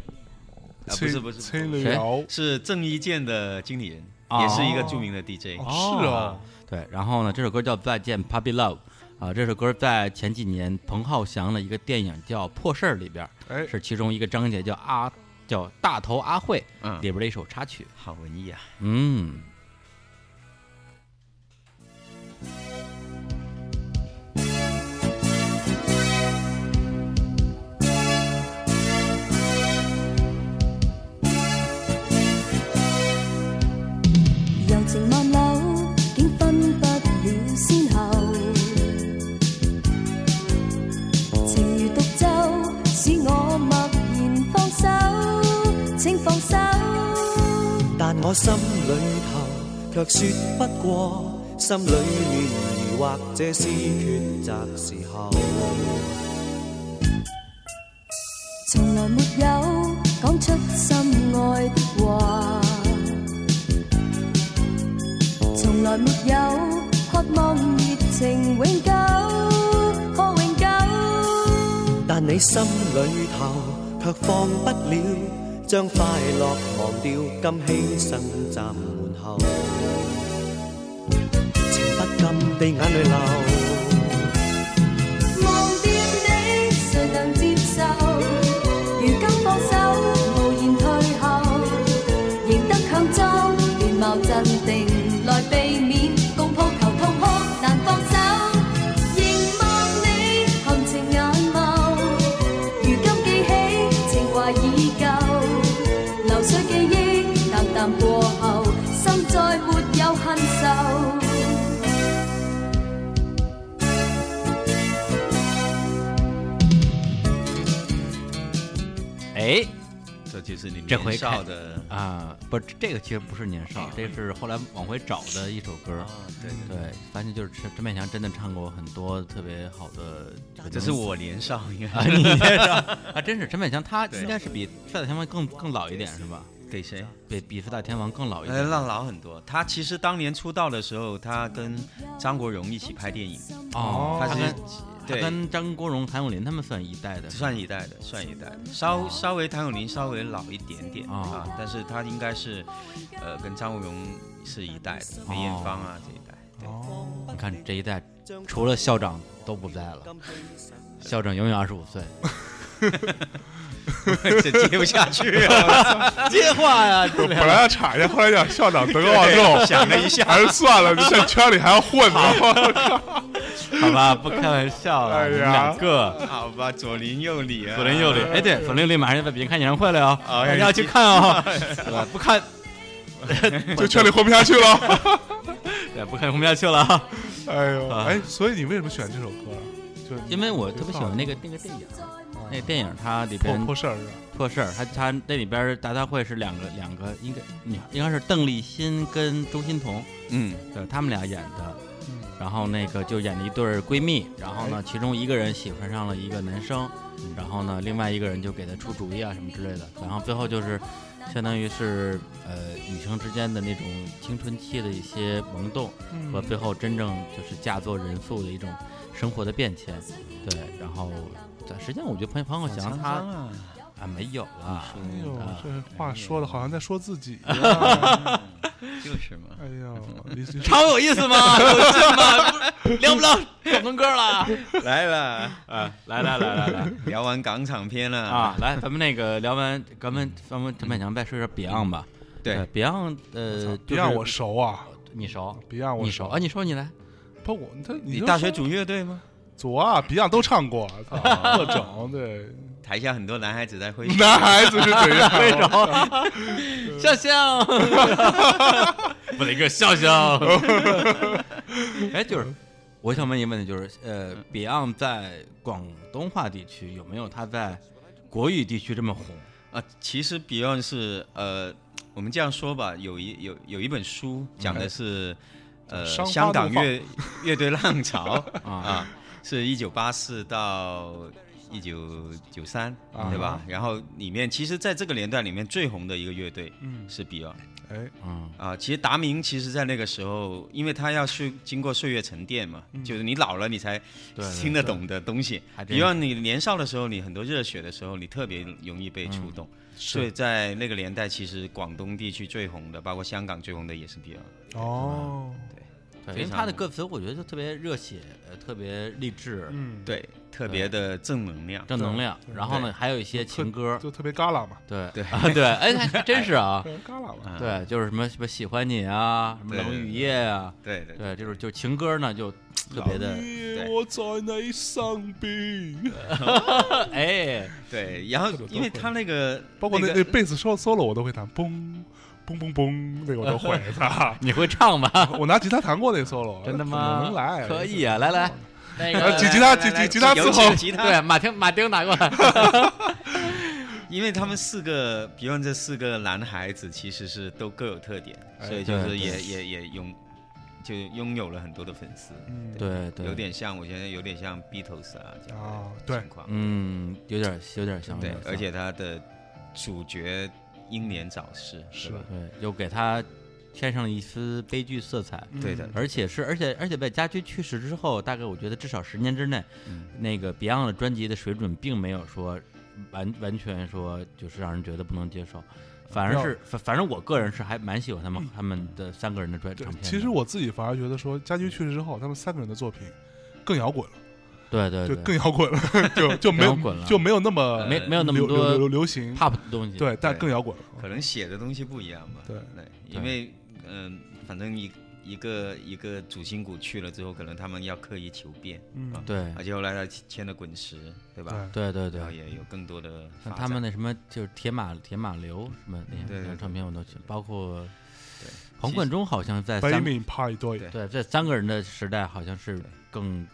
不
崔
是不是，
崔
不
雷
是
谁
瑶，
是郑伊健的经理人，
哦
也是一个著名的 DJ。
哦是哦，
对，然后呢，这首歌叫《再见 Puppy Love》啊，这首歌在前几年彭浩翔的一个电影叫《破事儿》里边，
哎，
是其中一个章节叫阿叫大头阿慧
嗯
里边的一首插曲，
好文艺啊！
嗯。
柔情万缕，竟分不了先后。情如毒酒，使我默然放手，请放手。
但我心里头却说不过，心里乱疑惑，这是抉择时候。
从来没有讲出心爱的话，从来没有渴望热情永久，可永久。
但你心里头却放不了，将快乐忘掉，今牺牲站门后，情不禁地眼泪流。
忘掉你，谁能接受？如今放手，無言退後，贏得強裝，面貌鎮定，來避免共抱頭痛哭，難放手。凝望你，含情眼眸，如今記起，情懷已舊，流水記憶，淡淡過後，心再沒有恨愁。
哎
这就是你
这回
年少的
啊、不，这个其实不是年少，这是后来往回找的一首歌。
嗯啊，对对
对，发现就是陈陈百强真的唱过很多特别好的这个
啊
东西。
对，这是我年少应
啊，
该
你年少啊，真是陈百强，他
对
应该是比帅大天王更更老一点是吧？
给谁？
比比帅大天王更老一
呃，
点。
浪老很多。他其实当年出道的时候，他跟张国荣一起拍电影，
哦，
他
他
是
跟他
对
跟张国荣、谭咏麟他们算一代的，
算一代的，算一代的，稍稍微谭咏麟稍微老一点点
啊
啊，但是他应该是，呃，跟张国荣是一代的，梅艳芳啊这一代。对，
哦你看这一代，除了校长都不在了，校长永远二十五岁。
这接不下去 啊！
接话呀，
本来要插一下，后来想校长德高
啊
望重，
想了一下，
还是算 了，在圈里还要混呢。
好吧，不开玩笑了，
哎呀
你们两个。
好吧，左邻右里啊，
左邻右 里，哎，对，左邻右里马上要在北京看演唱会了哟，
哎
大家要去看哦，对吧？不看，
就圈里混不下去 了。
对，不看混不下去了啊，
哎呦，
啊
哎，所以你为什么喜欢这首歌啊？就
因为我特别喜欢那个那个电
啊
影，那个电影它里
破
边
破事
啊
儿是吧？
破事儿，它它那里边达达会是两个两个应该应该是邓丽欣跟周欣潼，
嗯，
对，他们俩演的。然后那个就演了一对儿闺蜜，然后呢，其中一个人喜欢上了一个男生，然后呢，另外一个人就给他出主意啊什么之类的，然后最后就是相当于是呃女生之间的那种青春期的一些萌动，和最后真正就是嫁作人妇的一种生活的变迁，对，然后短时间我觉得潘潘国
长
强他
安啊，
啊没有了，
哎呦
啊，
这话说的好像在说自己一样。
就是 嘛。
哎呦，你你
超有意思吗？有劲吗？聊不聊广东歌了？啊
来了啊，
呃来来来来来。
聊完港产片了
啊，，来，咱们那个聊完，咱们咱们陈百强再说说 Beyond 吧。呃
对，
，Beyond，呃，
别
就
让
是
我熟啊！
你熟，
Beyond 我
你
熟
熟啊，你说你来，
不，我他
你
你
大学主乐队吗？
左啊，Beyond 都唱过，操各种对。
台下很多男孩子在 挥手。
男孩子是怎样？为什么？
笑笑，我的个笑笑。哎，就是，我想问一个问题，就是呃，Beyond 在广东话地区有没有他在国语地区这么红？
啊，其实 Beyond 是呃，我们这样说吧，有一有有一本
嗯
书讲
哎
的是、呃
商花
香港
怒放
乐乐队浪潮
啊
啊，是一九八四到一九九三，
啊
对吧？然后里面其实在这个年代里面最红的一个乐队
嗯，
是 Beyond
哎，
嗯，
啊，其实达明其实在那个时候，因为他要是经过岁月沉淀嘛，就是你老了你才
对对
听得懂的东西
还。真是
Beyond 你年少的时候，你很多热血的时候，你特别容易被触动。所以
是
在那个年代，其实广东地区最红的，包括香港最红的也是 Beyond。
哦，
对，
非
因为
常
他的歌词我觉得就特别热血，呃，特别励志，
嗯，
对，特别的正能量。
正能量。然后呢，
对
还有一些
特
情歌，
就特别旮旯嘛，
对对啊对，哎，还还真是啊，
对，旮旯嘛，
啊，
对，就是什么什么喜欢你啊，什么
对对
冷雨
对
夜啊，
对对对
对，就是就情歌呢就特别的，
因为我在你身边，
呃
嗯
哎，
对然后
这个都
因为他那个
包括那
那
那
个
贝斯 solo solo 我都会弹，嘣嘣嘣嘣，那个我都会， 操！
你会唱吗？
我拿吉他弹过那 solo，
真的
怎么
吗？
能来，
可以啊，来来，那
呃，
个
吉吉
来
他吉
来来
吉吉他
有
伺
请
候，
吉他，
对马丁马丁拿过来，
因为他们四个 Beyond 这四个男孩子其实是都各有特点，
哎
所以就是
对
也也也拥就拥有了很多的粉丝，
嗯
对对，
有点像我觉得有点像 Beatles 啊这样
啊，
的
对
情，况。
嗯，有点有点像，有
对
点，像
而且他的主角英年早逝，
是
对吧
对，又给他添上了一丝悲剧色彩。
对的
嗯
而且是，而且而且在家驹去世之后，大概我觉得至少十年之内，
嗯
那个 Beyond 的专辑的水准并没有说完完全说就是让人觉得不能接受，反而是反反正我个人是还蛮喜欢他们他们的三个人的专
对
唱片的。
其实我自己反而觉得说，家驹去世之后，他们三个人的作品更摇滚了，
对对
就
对
更摇滚了， 就就没
摇滚了
有就没有那么
没没有那么
流流流
多
流流行，
pop 的东西。
对，但
对
更摇滚了。
可能写的东西不一样吧。
对
因为嗯、反正一一个一个主心骨去了之后，可能他们要刻意求变，
嗯
啊，
对
而且后来他签了滚石，对吧？
对对
然后
对，
也有更多的哎发
像
展
他们那什么就是铁马铁马流什么那些
对
那张
对
唱片我都去，包括
对
黄贯中好像在
北
三
敏派对，
对
对在三个人的时代好像是
对
更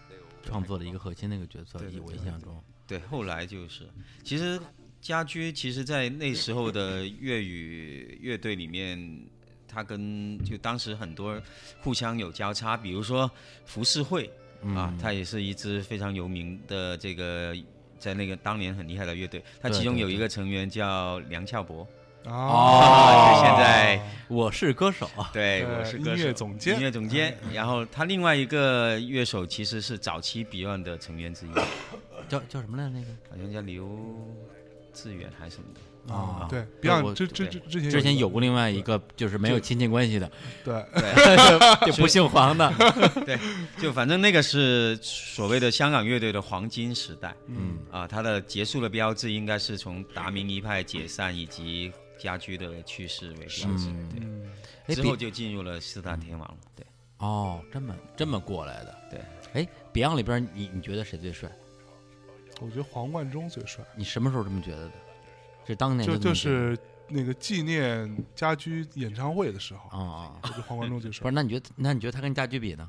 创作的一个核心的一个角色，
对对
以我
对
印象中。
对，后来就是，其实家驹其实，在那时候的粤语乐队里面，他跟就当时很多互相有交叉，比如说浮世绘
嗯
嗯
啊，他也是一支非常有名的这个。在那个当年很厉害的乐队，他
对
其中
对
有一
对
个成员叫梁翘柏，
啊
哦
就现在
我是歌手，
对，
对
我是
呃音
歌手
乐总监哎
音乐总监。然后他另外一个乐手其实是早期 Beyond 的成员之一，好
叫叫什么来着？那个
像叫刘志远还是什么的。
啊
嗯对
对我
，Beyond 之之之之前
之前
有
有过另外一个就是没有亲戚关系的，
对，
就不姓黄的，
就反正那个是所谓的香港乐队的黄金时代，
嗯，
啊，它的结束的标志应该是从达明一派解散以及家居的去世为标志，
嗯，
对，
哎
之后
比
就进入了四大天王了，对，
哦，这么这么过来的，
对。
哎，Beyond 里边你你觉得谁最帅？
我觉得黄贯中最帅，
你什么时候这么觉得的？是当年
就
这
就
么觉得
是那个纪念家居演唱会的时候，
啊啊，
我觉
啊
得黄贯中最
不
帅
是？。那你觉得那你觉得他跟家驹比呢？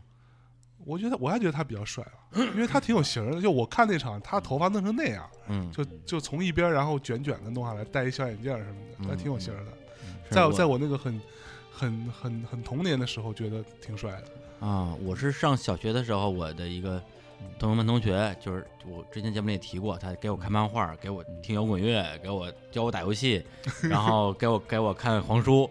我觉得我还觉得他比较帅啊，因为他挺有型儿的。就我看那场，他头发弄成那样，
嗯，
就就从一边儿然后卷卷的弄下来，戴一小眼镜儿什么
嗯
的，他挺有型儿的。
是
在
我
在我那个很很很很童年的时候，觉得挺帅的。
啊，我是上小学的时候，我的一个同班同学，就是我之前节目里也提过，他给我看漫画，给我听摇滚乐，给我教我打游戏，然后给我给我看黄书，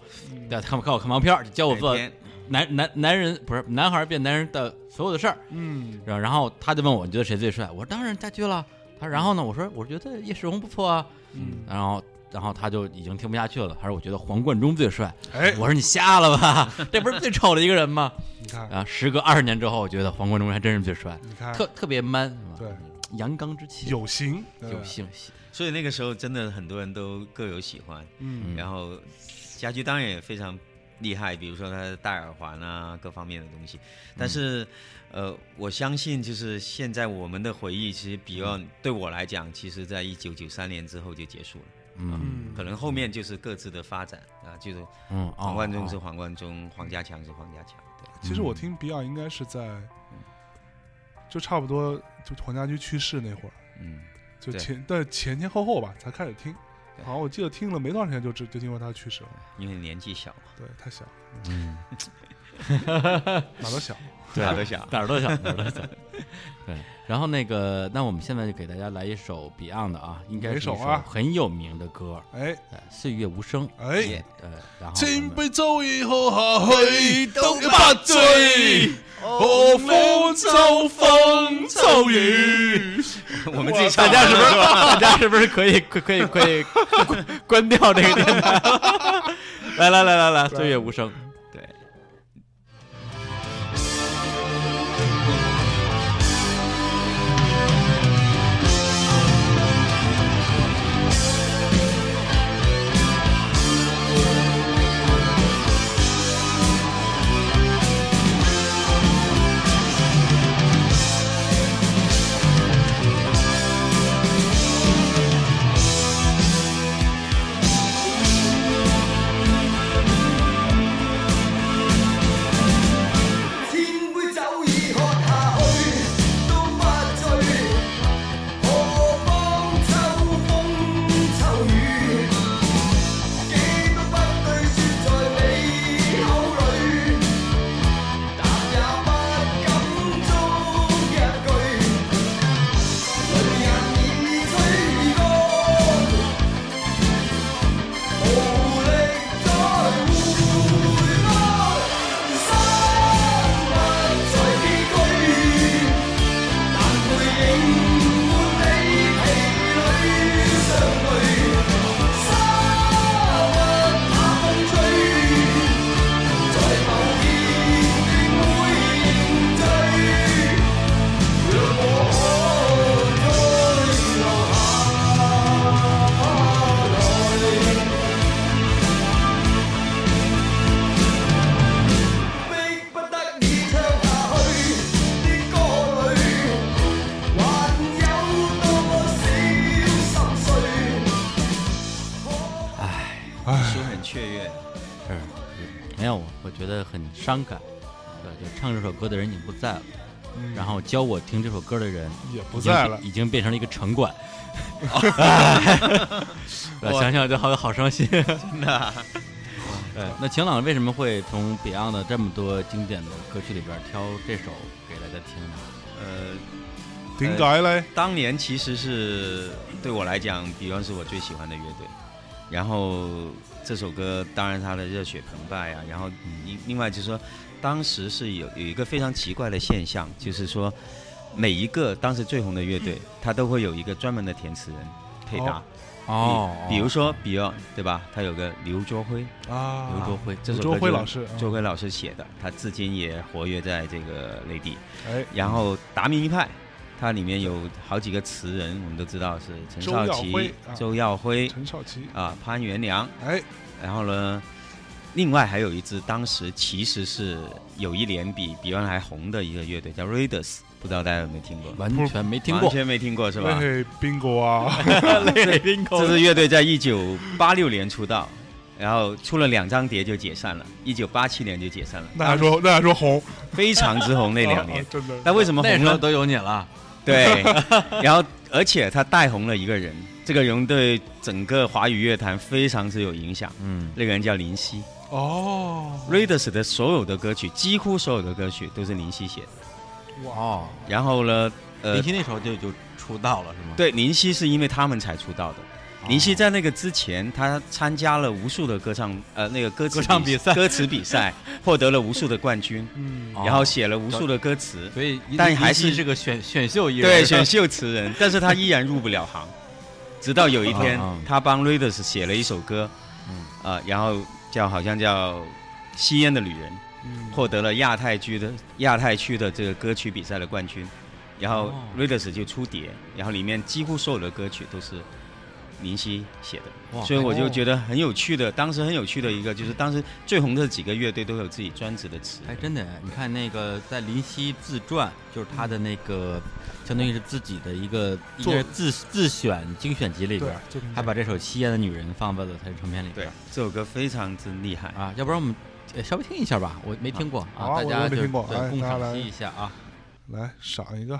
对，看我看我看毛片儿，教我做
改天
男男男人不是男孩变男人的所有的事儿。
嗯，
然后然后他就问我，你觉得谁最帅？我说当然家驹了。他说然后呢？我说我觉得叶世宏不错啊。
嗯，
然后然后他就已经听不下去了，他说我觉得黄贯中最帅。
哎，
我说你瞎了吧， 这不是最丑的一个人吗？
你看，
啊，时隔二十年之后，我觉得黄贯中还真是最帅，
你看，
特特别 man，是吧
对，
阳刚之气，
有型，对
有，性气，
所以那个时候真的很多人都各有喜欢，
嗯，
然后家居当然也非常厉害，比如说他的戴耳环啊，各方面的东西。
嗯
但是，呃，我相信就是现在我们的回忆，其实
嗯
Beyond 对我来讲，其实在一九九三年之后就结束了，
嗯
可能后面就是各自的发展啊，就是
嗯，
黄贯中是
哦
黄贯中，黄家强是黄家强，对，
其实我听
嗯
比较应该是在，就差不多就黄家驹去世那会儿，
嗯，
就
对
前但前前后后吧才开始听，
对
好像我记得听了没多长时间就知就听说他去世了，
因为年纪小嘛，
对，太小了，
嗯，
哪都小，
对啊
大都 小，
哪儿都小，哪儿都小。对，然后那个，那我们现在就给大家来一首 Beyond 的啊，应该是一
哪一首啊
很有名的歌，
哎
呃《岁月无声》。
哎，
呃，然后我
千
们
杯酒已喝下去，都不醉，
哦
何妨秋风秋雨。
我们自己
大
唱啊
家是不是大家是不是可以可以可以可以关掉这个电台？来来来来来，岁月无声。
对。
千杯酒已喝下去，都不醉。何妨秋風秋雨，幾多不對説在你口裏，但也不敢祝一句。淚眼已吹乾，無力再回望。逼不得已唱下去的歌裏，還有多麼少心碎？
心很雀跃，
是，嗯没有，我觉得很伤感。对，就唱这首歌的人已经不在了，然后教我听这首歌的人
也不
已经
在了
已经变成了一个城管。 对想想就好好伤心，真的。 对，那晴朗为什么会从 Beyond 的这么多经典的歌曲里边挑这首给大家听呢？
呃，
点解嘞？
当年其实是对我来讲，Beyond 是我最喜欢的乐队。然后这首歌，当然它的热血澎湃啊。然后另另外就是说，当时是有有一个非常奇怪的现象，就是说每一个当时最红的乐队，
嗯
它都会有一个专门的填词人配
哦
搭。比比如说 Beyond 对吧？他有个刘卓辉，
啊，
刘卓辉，这首
周
歌
辉
就
老师，啊
卓辉老师写的，他至今也活跃在这个内地。
哎，
然后达明一派，它里面有好几个词人，我们都知道是陈
周
少
耀辉
奇
啊、
周耀辉
陈少奇，
啊、潘元良，
哎，
然后呢，另外还有一支当时其实是有一年比 Beyond 还红的一个乐队叫 Raiders，不知道大家有没有听过？
完全没听
完
过，
全没听过是吧？
嘿，宾果啊，
这支乐队在一九八六年出道。然后出了两张碟就解散了，一九八七年就解散了，
那还说那还说红，
非常之红那两
啊
年
啊。真的，
那为什么
那
红
时
呢
候？都有你了，
对，然后而且他带红了一个人，这个人对整个华语乐坛非常之有影响。
嗯
那个人叫林夕，
哦，
Raidas 的所有的歌曲，几乎所有的歌曲都是林夕写的。
哦，
然后呢，呃
林，夕那时候就就出道了是吗？
对，林夕是因为他们才出道的。
哦
林夕在那个之前，他参加了无数的歌唱，呃，那个歌词
歌唱比赛
歌词比 赛，获得了无数的冠军，
嗯，
哦，
然后写了无数的歌词，
所以林
但还
林夕
是
是个选选秀艺人，
对，选秀词人，但是他依然入不了行。直到有一天
啊啊，嗯
他帮 Raidas 写了一首歌，呃，然后叫好像叫《吸烟的女人》，
嗯
获得了亚太区的亚太区的这个歌曲比赛的冠军，然后
哦
Raidas 就出碟，然后里面几乎所有的歌曲都是林夕写
哇
的，所以我就觉得很有趣的，当时很有趣的一个就是当时最红的几个乐队都有自己专职的词，
哎，真的，你看那个在林夕自传，就是他的那个，相当于是自己的一个，应
作
该是自自选精选集里
对
边，，
就明白
还把这首《吸烟的女人》放在了他的唱片里
对
边。，
这首歌非常之厉害。
啊，要不然我们呃稍微听一下吧，我没听过
好啊
大
我
家
也没
就
听过哎
对共
大家
赏
来
析一下啊。
来赏一个。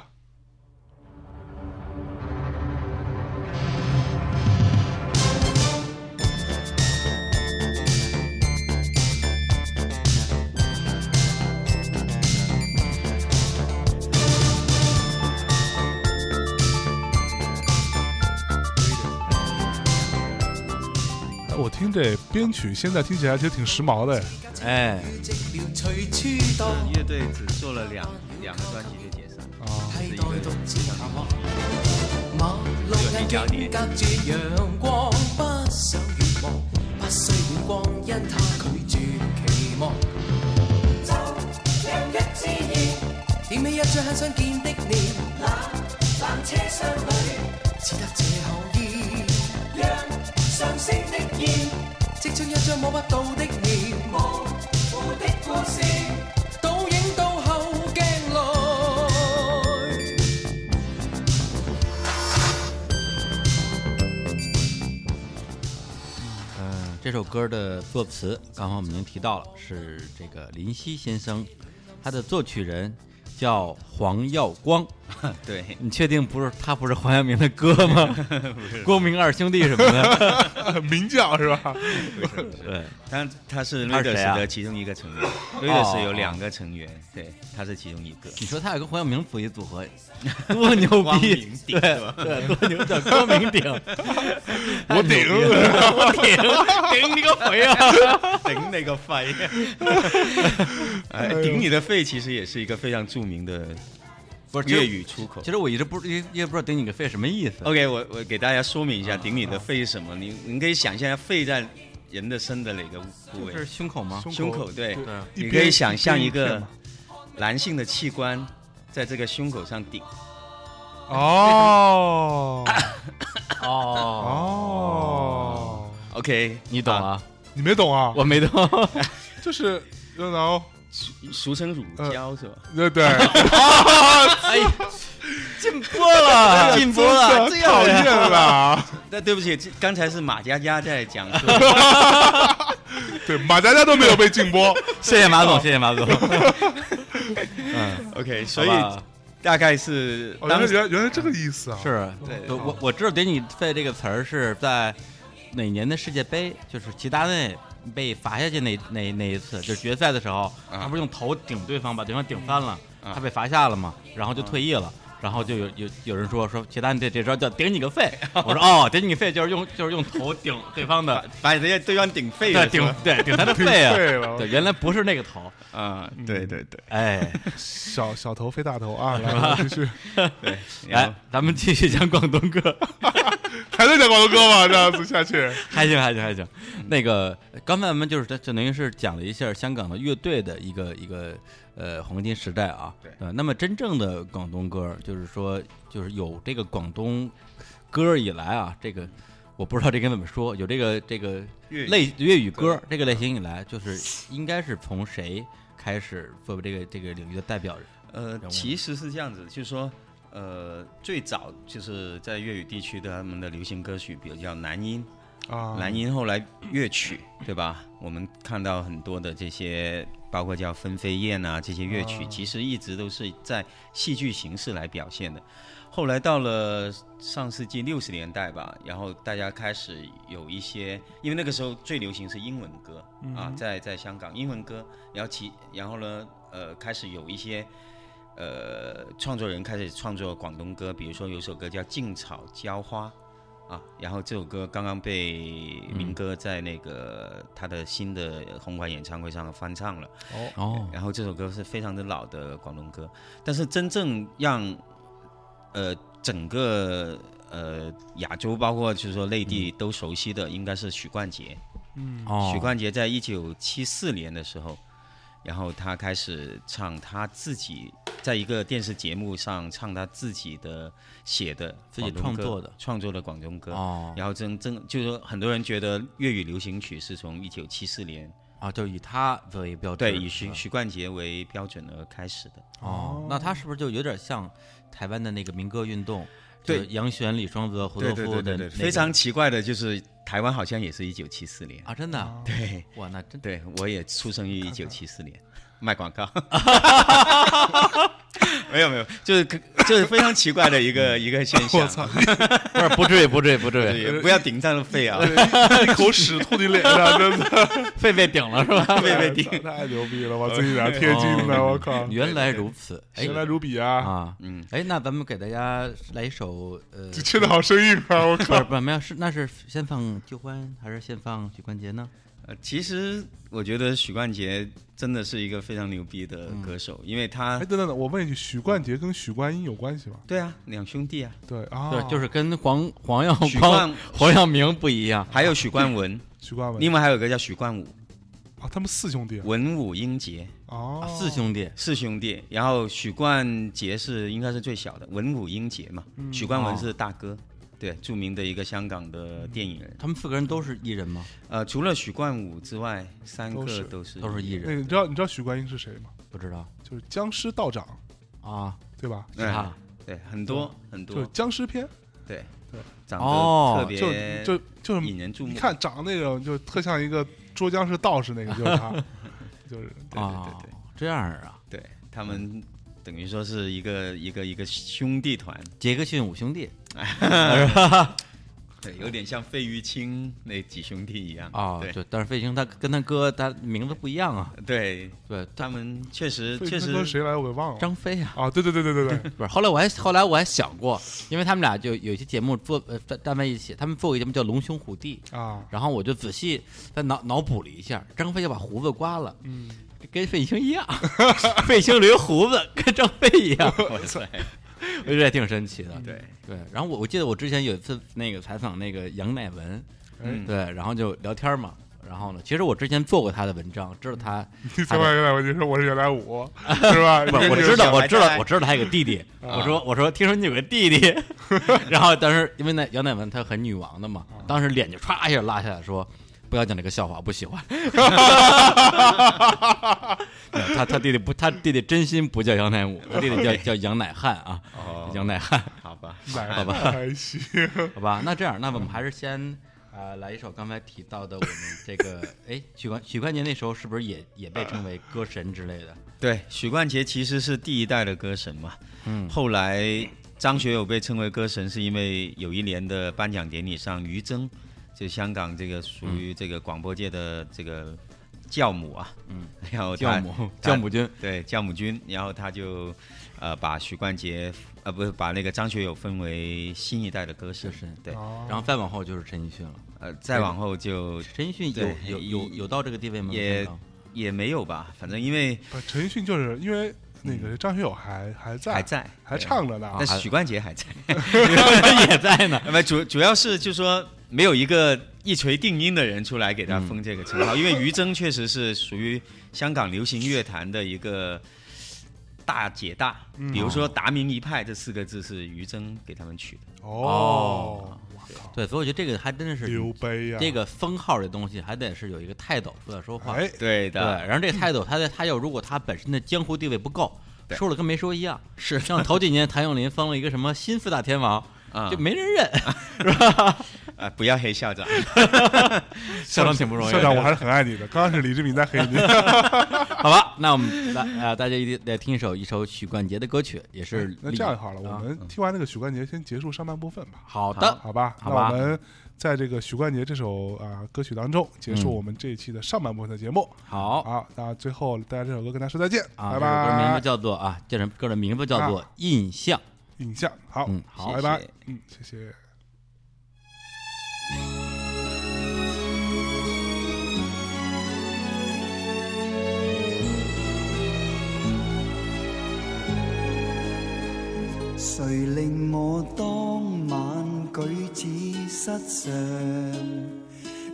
哎我听这编曲，现在听起来其实挺时髦的，
哎，
乐队只做了两两个专辑就解散，
啊，
是一个非常好的
马路眼鏡隔住陽光，不想遠望，不需遠光，因他拒絕期望。就讓一支煙，點起一張很想見的臉，冷冷車廂裏，只得這口煙，讓上升的煙，即將一張摸不到的面，模糊的故事，倒影到後鏡內。
嗯，这首歌的作词，刚才我们已经提到了，是这个林夕先生，他的作曲人叫黄耀光。
对，
你确定不是他不是黄耀明的哥 吗？光明二兄弟什么的。
名将是吧？
对，
但他是
他是谁
Raidas
啊
的其中一个成员，Raidas 有两个成员，对，他是其中一个。
你说他有跟黄耀明组一组合， 多 牛
光
逼！
明
对
顶
对，多牛叫光明 顶，
我顶
我顶，顶你个肥啊！
顶那个肺！哎，顶你的肺其实也是一个非常著名的
不是
粤语出口
其。实我一直不一一直不知道顶你个肺什么意思。
OK，我我给大家说明一下，顶你的肺是什么？你你可以想象一下，肺在人的身的哪个部位
这？是胸口吗？
胸口对
对一
你可
边
以想象一
一边一
个
片嘛
男性的器官在这个胸口上顶。
哦
哦，
哦，
OK，
你懂 啊？
你没懂啊？
我没 懂。
就是热挠，
俗称乳胶是吧？
对 对，
哎，进播了， 进播了，这样
讨厌了。
那对不起，这刚才是马佳佳在讲述
对，马佳佳都没有被禁 播，
谢谢马总，谢谢马 总。
OK，所以
好吧
大概是
哦，原
当
来
时
原来原来这个意思啊。
是，
对
我我我知道“点你肺”这个词儿是在哪年的世界杯，就是齐达内被罚下去那那那一次，就是决赛的时候，他不是用头顶对方，把对方顶翻了，
啊
他被罚下了嘛，然后就退役了。然后就有有有人说说齐达内这这招叫顶你个 肺，我说哦顶你个肺就是用就是用头顶对方
把
的
把人家对方顶废
对
了，
顶
是吧
对顶他的
挺
肺啊，
废了
对原来不是那个头，
啊，对对对
哎，
小小头非大头啊， 来继续，
对，然
来
后
咱们继续讲广东 歌。
还在讲广东歌吗？这样子下去，
还行还行还行。那个刚才咱们就是相当于是讲了一下香港的乐队的一个一个呃黄金时代啊。
对
呃那么真正的广东歌，就是说就是有这个广东歌以来啊，这个我不知道这该怎么说，有这个这个
粤语
类粤语歌这个类型以来，就是应该是从谁开始作为这个这个领域的代表人？
呃，
物
其实是这样子，就是说，呃，最早就是在粤语地区的他们的流行歌曲，比如叫南音，
啊，
南音后来乐曲，对吧？我们看到很多的这些包括叫《分飞燕》啊这些乐曲，其实一直都是在戏剧形式来表现的。后来到了上世纪六十年代吧，然后大家开始有一些，因为那个时候最流行是英文歌、啊，在在香港英文歌，然后其然后呢，呃，开始有一些呃创作人开始创作广东歌，比如说有首歌叫《静草娇花》啊，然后这首歌刚刚被民歌在那个他的新的红馆演唱会上翻唱了。
哦，
然后这首歌是非常的老的广东歌，但是真正让呃整个呃亚洲，包括就是说内地都熟悉的，应该是许冠杰。
哦，
嗯许冠杰在一九七四年的时候，然后他开始唱他自己在一个电视节目上唱他自己的写的
自己
广东
创
歌
作的
创作的广东歌。
哦，
然后真正就是说，很多人觉得粤语流行曲是从一九七四年
啊，就以他为标志，
对以
是
许
吧
许冠杰为标准而开始的。
哦，那他是不是就有点像台湾的那个民歌运动？
对
就是杨玄、李双泽、胡
对
德
对
夫
对
的
对
那
对，
个
非常奇怪的就是台湾好像也是一九七四 年，
啊，真的啊，
对
哇，那真
对，我也出生于一九七四年，卖广告， 没有没有，就是就是非常奇怪的一个 一个现象，啊
不是不至于，不至于，不至
对，不要顶上了肺啊，
一口屎吐你脸上，真的
于，肺被顶了是吧？
肺 被顶，
太牛逼了！我自己点贴金的，我靠，
哦 原来如此，哎
原来如彼哦啊，
啊，嗯，哎，那咱们给大家来一首呃，
这真的好生硬啊，我
不是
靠，
不是没有是那是先放旧欢还是先放许冠杰呢？
呃，其实我觉得许冠杰真的是一个非常牛逼的歌手，因为他
哎，等等等，我问一句，许冠杰跟许冠英有关系吗？
对啊，两兄弟啊，
对啊，
对，就是跟黄黄耀
许
光
冠、
黄耀明不一样，
还有许冠文，
许冠文
另外还有一个叫许冠武，
啊，他们四兄弟啊
文武英杰。
哦
啊，四兄弟
四兄弟，然后许冠杰是应该是最小的，文武英杰嘛，许冠文是大哥，对，著名的一个香港的电影人。
他们四个人都是艺人吗？
呃，除了许冠武之外，三
都
个
是
都是
都是艺
那个
人，
你知道你知道许冠英是谁吗？
不知道
就是僵尸道长，
啊
对吧？
哎
啊，
对，很多很
就是
多，
僵尸片，
对
对，
长
哦
得特
就
别
就就是
引人注目。
你看长得那种就特像一个捉僵尸道士那个就是他，就是
对对
啊
对，
这样啊，
对，对他们等于说是一个一个一个兄弟团，
杰克逊五兄弟
对，有点像费玉清那几兄弟一样
啊，
对
对，但是费玉清他跟他哥他名字不一样啊，
对，
对，
他们确实
费玉
确
清
实
跟谁来我给忘了
张飞啊。
啊，对对对对对对，
不是，后来我还后来我还想过，因为他们俩就有一些节目做呃站站在一起，他们做过一个节目叫《龙兄虎弟》，
啊，
然后我就仔细在脑脑补了一下，张飞就把胡子刮了，
嗯，
跟费玉清一样， 费玉清留胡子跟张飞一样，
哇塞
我觉得还挺神奇的。
对，
对，然后我我记得我之前有一次那个采访那个杨乃文，
哎，
对，然后就聊天嘛。然后呢？其实我之前做过他的文章，知道他，
你再问一来我就说我是原来 五，是吧？
不是，我
你
知道，
小啊
我
白
知道，
菜
我知道他有个弟弟。我说，我说，听说你有个弟 弟。然后当时因为那杨乃文她很女王的嘛，
啊
当时脸就唰一下拉下来，说不要讲这个笑话，我不 喜欢。没有他他弟弟不，他弟弟真心不叫杨乃武，他弟弟 叫叫杨乃汉啊，
哦，
杨乃汉。
好吧，
奶
好吧
还行，
好吧，那这样，那我们还是先啊、呃来一首刚才提到的我们这个，哎，许冠许冠杰那时候是不是也也被称为歌神之类的？
对，许冠杰其实是第一代的歌神嘛。
嗯
后来张学友被称为歌神，是因为有一年的颁奖典礼上，于铮，就香港这个属
嗯
于这个广播界的这个教母啊，嗯，然后他
教母
他
教母君
对教母军，然后他就呃把许冠杰呃不是把那个张学友分为新一代的歌神
歌神，
对，
啊
然后再往后就是陈奕迅了。
呃再往后就
陈奕迅
对
有有有有到这个地位吗？
也也没有吧，反正因为
不陈奕迅就是因为那个张学友还还在
嗯还在
还
对
唱着
啊
呢，哦
但许冠杰还 在。
也在 呢。
那么主主要是就说没有一个一锤定音的人出来给他封这个称
嗯
号，因为于铮确实是属于香港流行乐坛的一个大姐大。
嗯
比如说“达明一派”这四个字是于铮给他们取的。
哦，我靠，
对，所以我觉得这个还真的是
刘备呀，
这个封号这东西，还得是有一个泰斗出来说话。
哎，
对
对，然后这个泰斗他的他又如果他本身的江湖地位不够，说了跟没说一样。是 像头几年谭咏麟封了一个什么新四大天王，
啊
就没人认。
呃，不要黑校长，
校长挺不容易的。
校长，我还是很爱你的。刚开始李志明在黑 你，
好吧，那我们来啊、呃大家一定来听一首一首许冠杰的歌曲，也是
哎那这样好了，
啊
我们
嗯
听完那个许冠杰，先结束上半部分吧。
好的，
好吧，
好吧
那我们在这个许冠杰这首啊、歌曲当中结束我们这一期的上半部分的节目。
嗯好
好，那最后大家这首歌跟大家说再见，拜
啊，这首歌名
拜啊
字。叫做啊，这首歌的名字叫做《印象》。
影像好，
嗯好
拜拜
谢谢，
嗯，谢谢。
谁令我當晚舉止失常？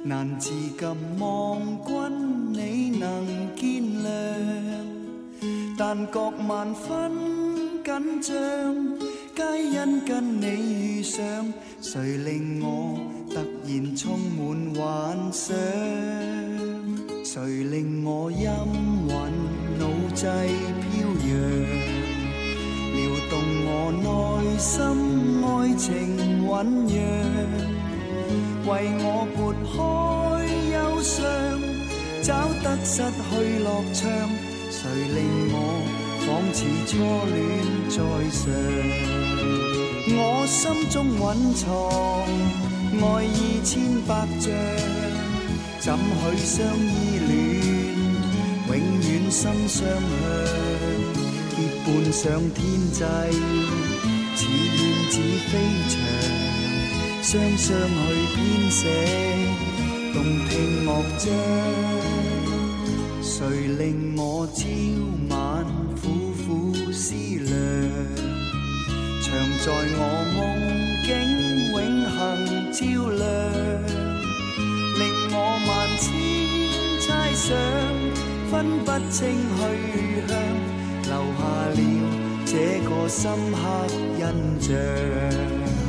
難自禁望君你能見諒，但各萬分緊張，皆因跟你遇上。誰令我突然充滿幻想？誰令我陰魂腦際飄揚？撩動我內心愛情醖釀，為我撥開憂傷，找得失去樂唱，誰令我仿似初戀再上？我心中隱藏愛意千百丈，怎許相依戀，永遠心相向。結伴上天際，似燕子飛翔，雙雙去編寫動聽樂章。誰令我朝晚苦苦思量？常在我夢境永恆照亮，令我萬千猜想分不清去向，留下了這個深刻印象。